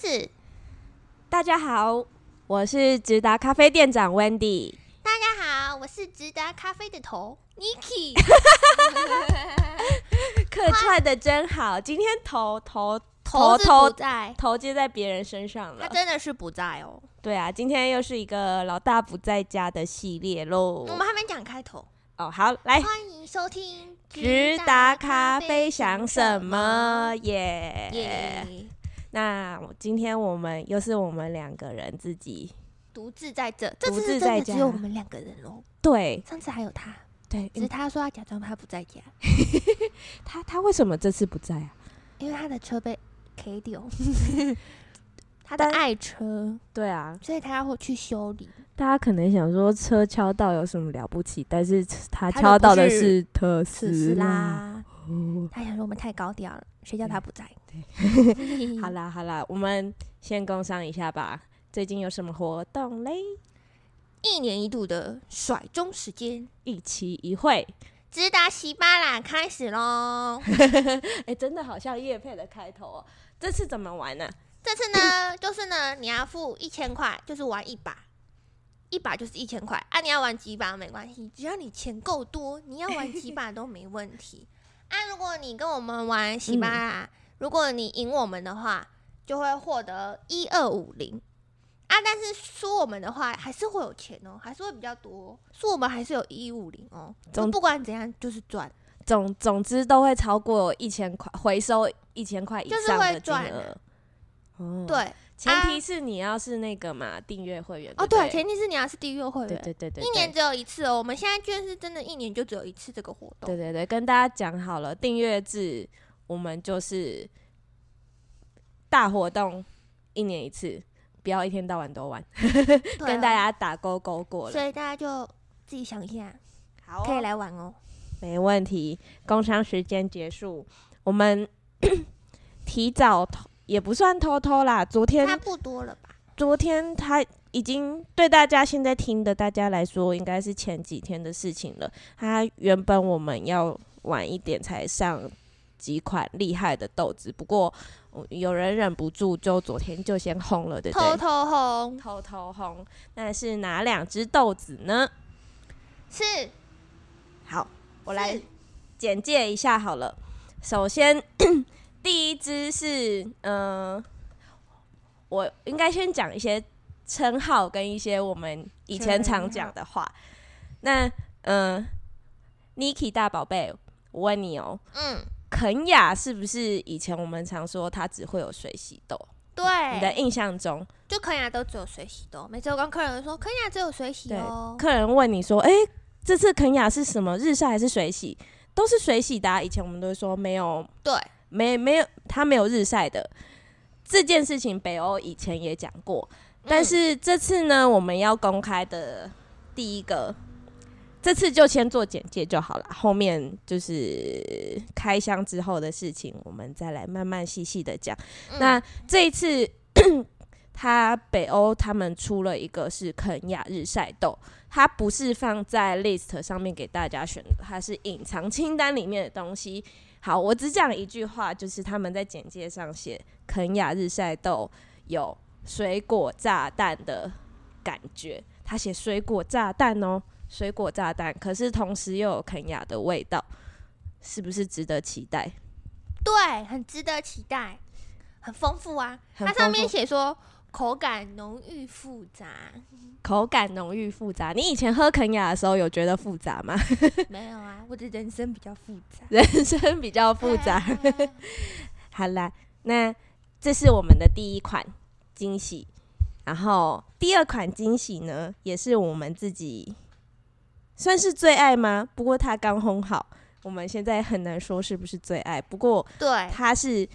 始。大家好，我是直达咖啡店长 Wendy。大家好，我是直达咖啡的头 Niki。客串的真好，今天头头头头子不头在，头接在别人身上他了。真的是不在哦。对啊，今天又是一个老大不在家的系列喽我。们还没讲开头，哦，嗯好，来欢迎收听直达咖啡想什么耶耶，那我今天我们又是我们两个人自己。独自在这，这独次自是真在的家只有我们两个人哦。对上次还有他，对，嗯只是他说要假装他不在家，他他为什么这次不在啊？因为他的车被 K 掉，他的但爱车，对啊，所以他要去修理。大家可能想说车敲到有什么了不起，但是他他就敲到不的是是特此时斯拉。啦，哦他想说我们太高调了，谁叫他不在？ 好啦好啦，我们先工商一下吧。最近有什么活动嘞？一年一度的甩钟时间，一期一会，直达喜巴啦开始喽。哎、真的好像叶配的开头哦。这次怎么玩呢、这次呢，就是呢，你要付一千块，就是玩一把，一把就是一千块啊。你要玩几把没关系，只要你钱够多，你要玩几把都没问题。 啊，如果你跟我们玩喜巴嗯啦，如果你赢我们的话，就会获得一二五零。啊，但是输我们的话，还是会有钱哦，还是会比较多、哦。输我们还是有一五零哦，就总不管怎样就是赚。总总之都会超过一千块，回收一千块以就是上会的金赚额。哦，，对，前啊提是你要是那个嘛订阅会员哦对对，不对，前提是你要是订阅会对员，对对对，一对年只有一次哦。我们现在券是真的，一年就只有一次这个活动对。对对，跟大家讲好了，订阅制我们就是大活动一年一次，不要一天到晚都玩，对跟哦大，家打勾勾过所了。以大家就自己想一下，好可以来玩哦。没问题。工商时间结束，我们 提早偷也不算偷偷啦。昨差天不多了吧？昨天他已经对大家现在听的大家来说，应该是前几天的事情了。他原本我们要晚一点才上几款厉害的豆子，不过呃有人忍不住，就昨天就先轰了，对不偷对？偷轰偷偷轰，那是哪两只豆子呢？是好，我来是简介一下好了。首先， 第一支是嗯、呃我应该先讲一些称号跟一些我们以前常讲的话。那嗯、呃、，Niki 大宝贝，我问你哦，嗯，肯雅是不是以前我们常说它只会有水洗豆？你的对，印象中，就肯雅都只有水洗的哦。每次我跟客人说，肯雅只有水洗对哦。客人问你说：“哎、这次肯雅是什么？日晒还是水洗？”都是水洗的啊、以前我们都会说没有对，没没有，它没有日晒的这件事情，北欧以前也讲过，但是这次呢，我们要公开的第一个，这次就先做简介就好了，后面就是开箱之后的事情，我们再来慢慢细细的讲。嗯那这一次。它北欧他们出了一个是肯亚日晒豆，它不是放在 list 上面给大家选的，它是隐藏清单里面的东西。好，我只讲一句话，就是他们在简介上写肯雅日晒豆有水果炸弹的感觉，他写水果炸弹哦，水果炸弹，可是同时又有肯雅的味道，是不是值得期待？对，很值得期待，很丰富啊。很它上面丰富写说口感浓郁复 杂，口感浓郁复杂，你以前喝肯雅的时候有觉得复杂吗？ 没有啊，我的人生比较复杂，人生比较复杂。啊 好啦，那这是我们的第一款惊喜，然后第二款惊喜呢，也是我们自己算是最爱吗？不过它刚烘好，我们现在很难说是不是最爱。不过对，啊它是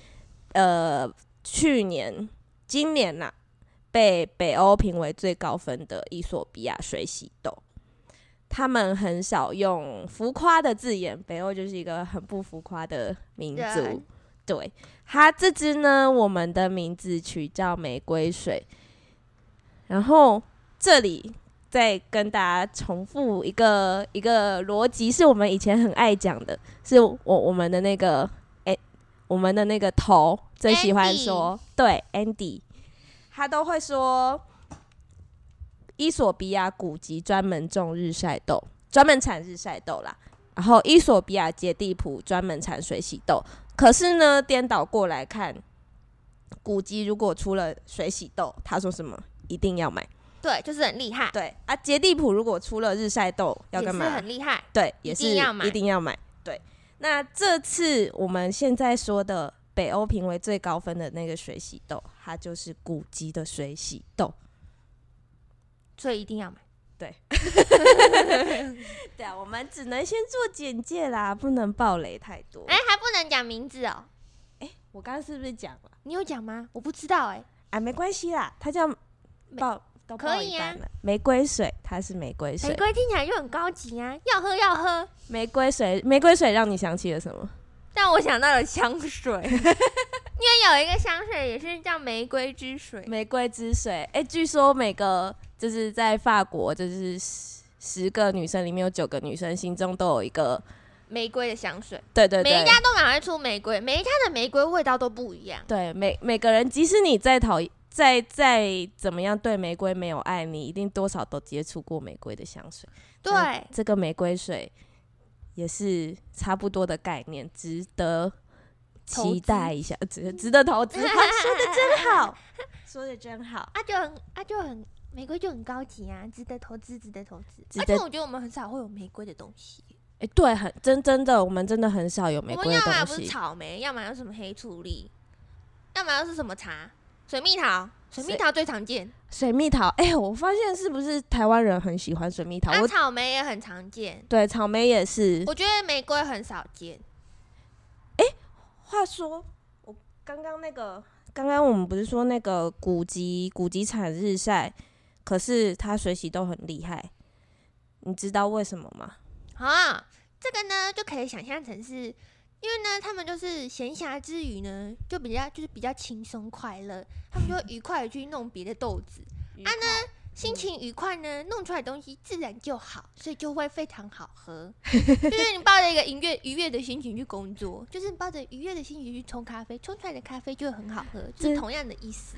呃去年、今年呐、被北欧评为最高分的伊索比亚水洗豆。他们很少用浮夸的字眼，北欧就是一个很不浮夸的民族人。对，它这支呢，我们的名字取叫玫瑰水。然后这里再跟大家重复一个一个逻辑，是我们以前很爱讲的，是我我们的那个哎、我们的那个头最喜欢说对 Andy，他都会说，伊索比亚古籍专门种日晒豆，专门产日晒豆啦。然后伊索比亚杰地普专门产水洗豆，可是呢，颠倒过来看，古籍如果出了水洗豆，他说什么一定要买。对，就是很厉害，对啊，杰地普如果出了日晒豆，要也干是嘛？很厉害。对，一也是定要买一定要买。对，那这次我们现在说的北欧评为最高分的那个水洗豆，它就是古籍的水洗豆。所以一定要买。对啊，我们只能先做简介啦，不能暴雷太多。哎、还不能讲名字哦，我刚刚是不是讲了？你有讲吗？我不知道哎、啊，没关系啦，它叫爆都可爆以一啊半了。玫瑰水，它是玫瑰水玫，瑰听起来就很高级啊，要喝要喝。玫瑰水，玫瑰水让你想起了什么？但我想到了香 水，因为有一个香水也是叫玫瑰之水，玫瑰之水，哎、据说每个就是在法国，就是十十个女生里面有九个女生心中都有一个，玫瑰的香水，对对每对一，家都蛮会出玫瑰，每一家的玫瑰味道都不一样。对每每个人，即使你再讨厌。再再怎么样对玫瑰没有爱，你一定多少都接触过玫瑰的香水。对， 那这个玫瑰水也是差不多的概念，值得投期资待一下，呃值值 得投资。他说的真好，说的真好。啊就很啊就很玫瑰就很高级啊，值得投资，值得投资。值而得且我觉得我们很少会有玫瑰的东西，哎、对，很真真的，我们真的很少有玫我瑰们的要么东不是西。草莓，要么就是什么黑醋栗，要么就是什么茶，水蜜桃，水蜜桃最常见。水蜜桃，哎、我发现是不是台湾人很喜欢水蜜桃？啊，我草莓也很常见，对草莓也是。我觉得玫瑰很少见。话说，我刚刚那个，刚刚我们不是说那个古籍古籍产日晒，可是它水洗都很厉害，你知道为什么吗？啊，这个呢就可以想象成是，因为呢他们就是闲暇之余呢，就比较就是比较轻松快乐，他们就会愉快的去弄别的豆子，啊呢，心情愉快呢，弄出来的东西自然就好，所以就会非常好 喝。就是你抱着一个愉悦愉悦的心情去工作，就是你抱着愉悦的心情去冲咖啡，冲出来的咖啡就会很好喝，就是真同样的意思。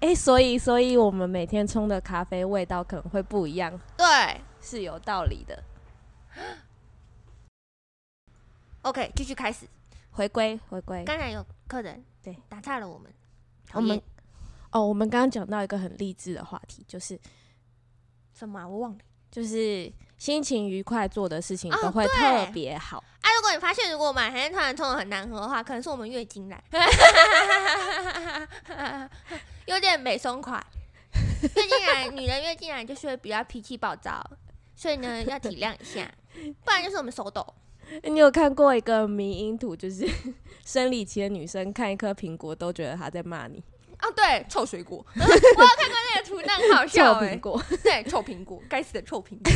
哎、所以所以我们每天冲的咖啡味道可能会不一样，对是有道理的。 ，OK，继续开始。回归回归，刚才有客人对打岔了我们，我讨们厌哦，我们刚刚讲到一个很励志的话题，就是什么啊、我忘了。就是心情愉快做的事情哦都会对特别好。啊，如果你发现如果我们海鲜突然冲的很难喝的话，可能是我们月经来，有点没松快。月经来，女人月经来就是会比较脾气暴躁，所以呢要体谅一下，不然就是我们手抖。 你有看过一个迷因图，就是 生理期的女生看一颗苹果都觉得她在骂你，哦，对，臭水果， 我有看过那个图，那很好臭笑苹哎、果， 对，臭苹果，该死的臭苹果。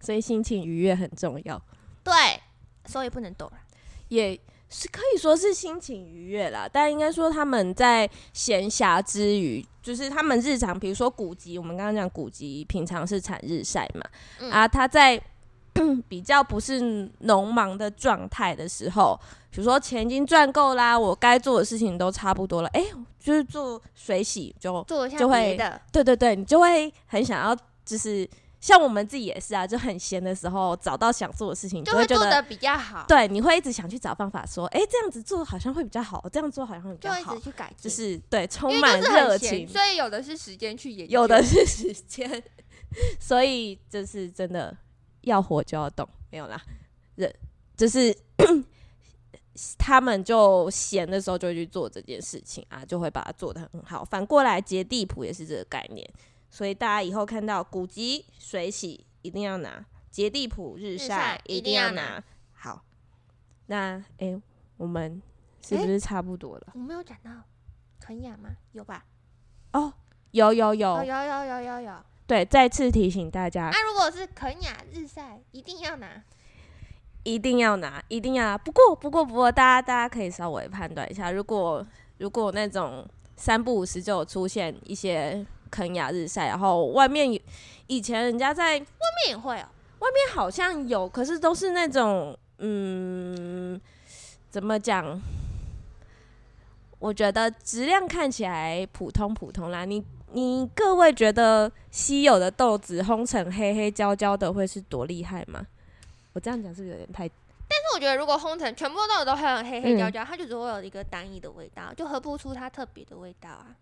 所以心情愉悦很重要，对，所以不能抖了。也是可以说是心情愉悦啦。但应该说他们在闲暇之余，就是他们日常，比如说古籍，我们刚刚讲古籍平常是产日晒嘛，嗯啊，他在 比较不是农忙的状态的时候，比如说钱已经赚够啦，我该做的事情都差不多了，哎、就是做水洗就做一下就会别的，对对对，你就会很想要，就是像我们自己也是啊，就很闲的时候找到想做的事情，就会会觉做得的比较好，对，你会一直想去找方法说，哎、这样子做好像会比较好，这样做好像会比就较会一好直，去改进。就是对，充因满为就是很热闲，情，所以有的是时间去研究，有的是时间， 所以就是真的要活就要动，没有啦，人就是 他们就闲的时候就会去做这件事情啊，就会把它做得很好。反过来，接地谱也是这个概念，所以大家以后看到古籍、水洗一定要拿，接地谱、日日晒晒一一定定要要拿。好，那诶，我们是不诶是差不多了？我没有讲到肯雅吗？有吧？哦，有有有，哦，有有有有有。对，再次提醒大家，那、如果是肯雅日晒，一定要拿。一定要拿，一定要拿。不过，不过，不过，大家大家可以稍微判断一下，如果如果那种三不五时就有出现一些肯雅日晒，然后外面有以前人家在外嗯后面也会哦。面好像有，可是都是那种嗯，怎么讲？我觉得质量看起来普通普通啦。你你各位觉得稀有的豆子烘成黑黑焦焦的会是多厉害吗？我这样讲是不是有点太……但是我觉得如果烘成全部豆子都很黑黑焦焦，它就只会有一个单一的味道，就喝不出它特别的味道啊，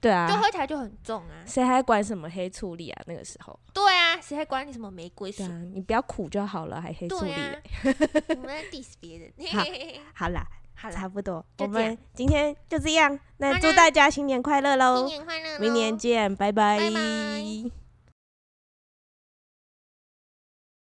对就啊，喝起来就很重啊。谁还管什么黑醋栗啊？那个时候，对啊，谁还管你什么玫瑰水对啊？，你不要苦就好了，还黑醋栗对啊，嘞、我们在 diss 别 人。好好啦，好啦差不多，就我这样们今天就这样。那好祝啦大家新年快乐新喽！年快乐，明年。见，拜拜拜拜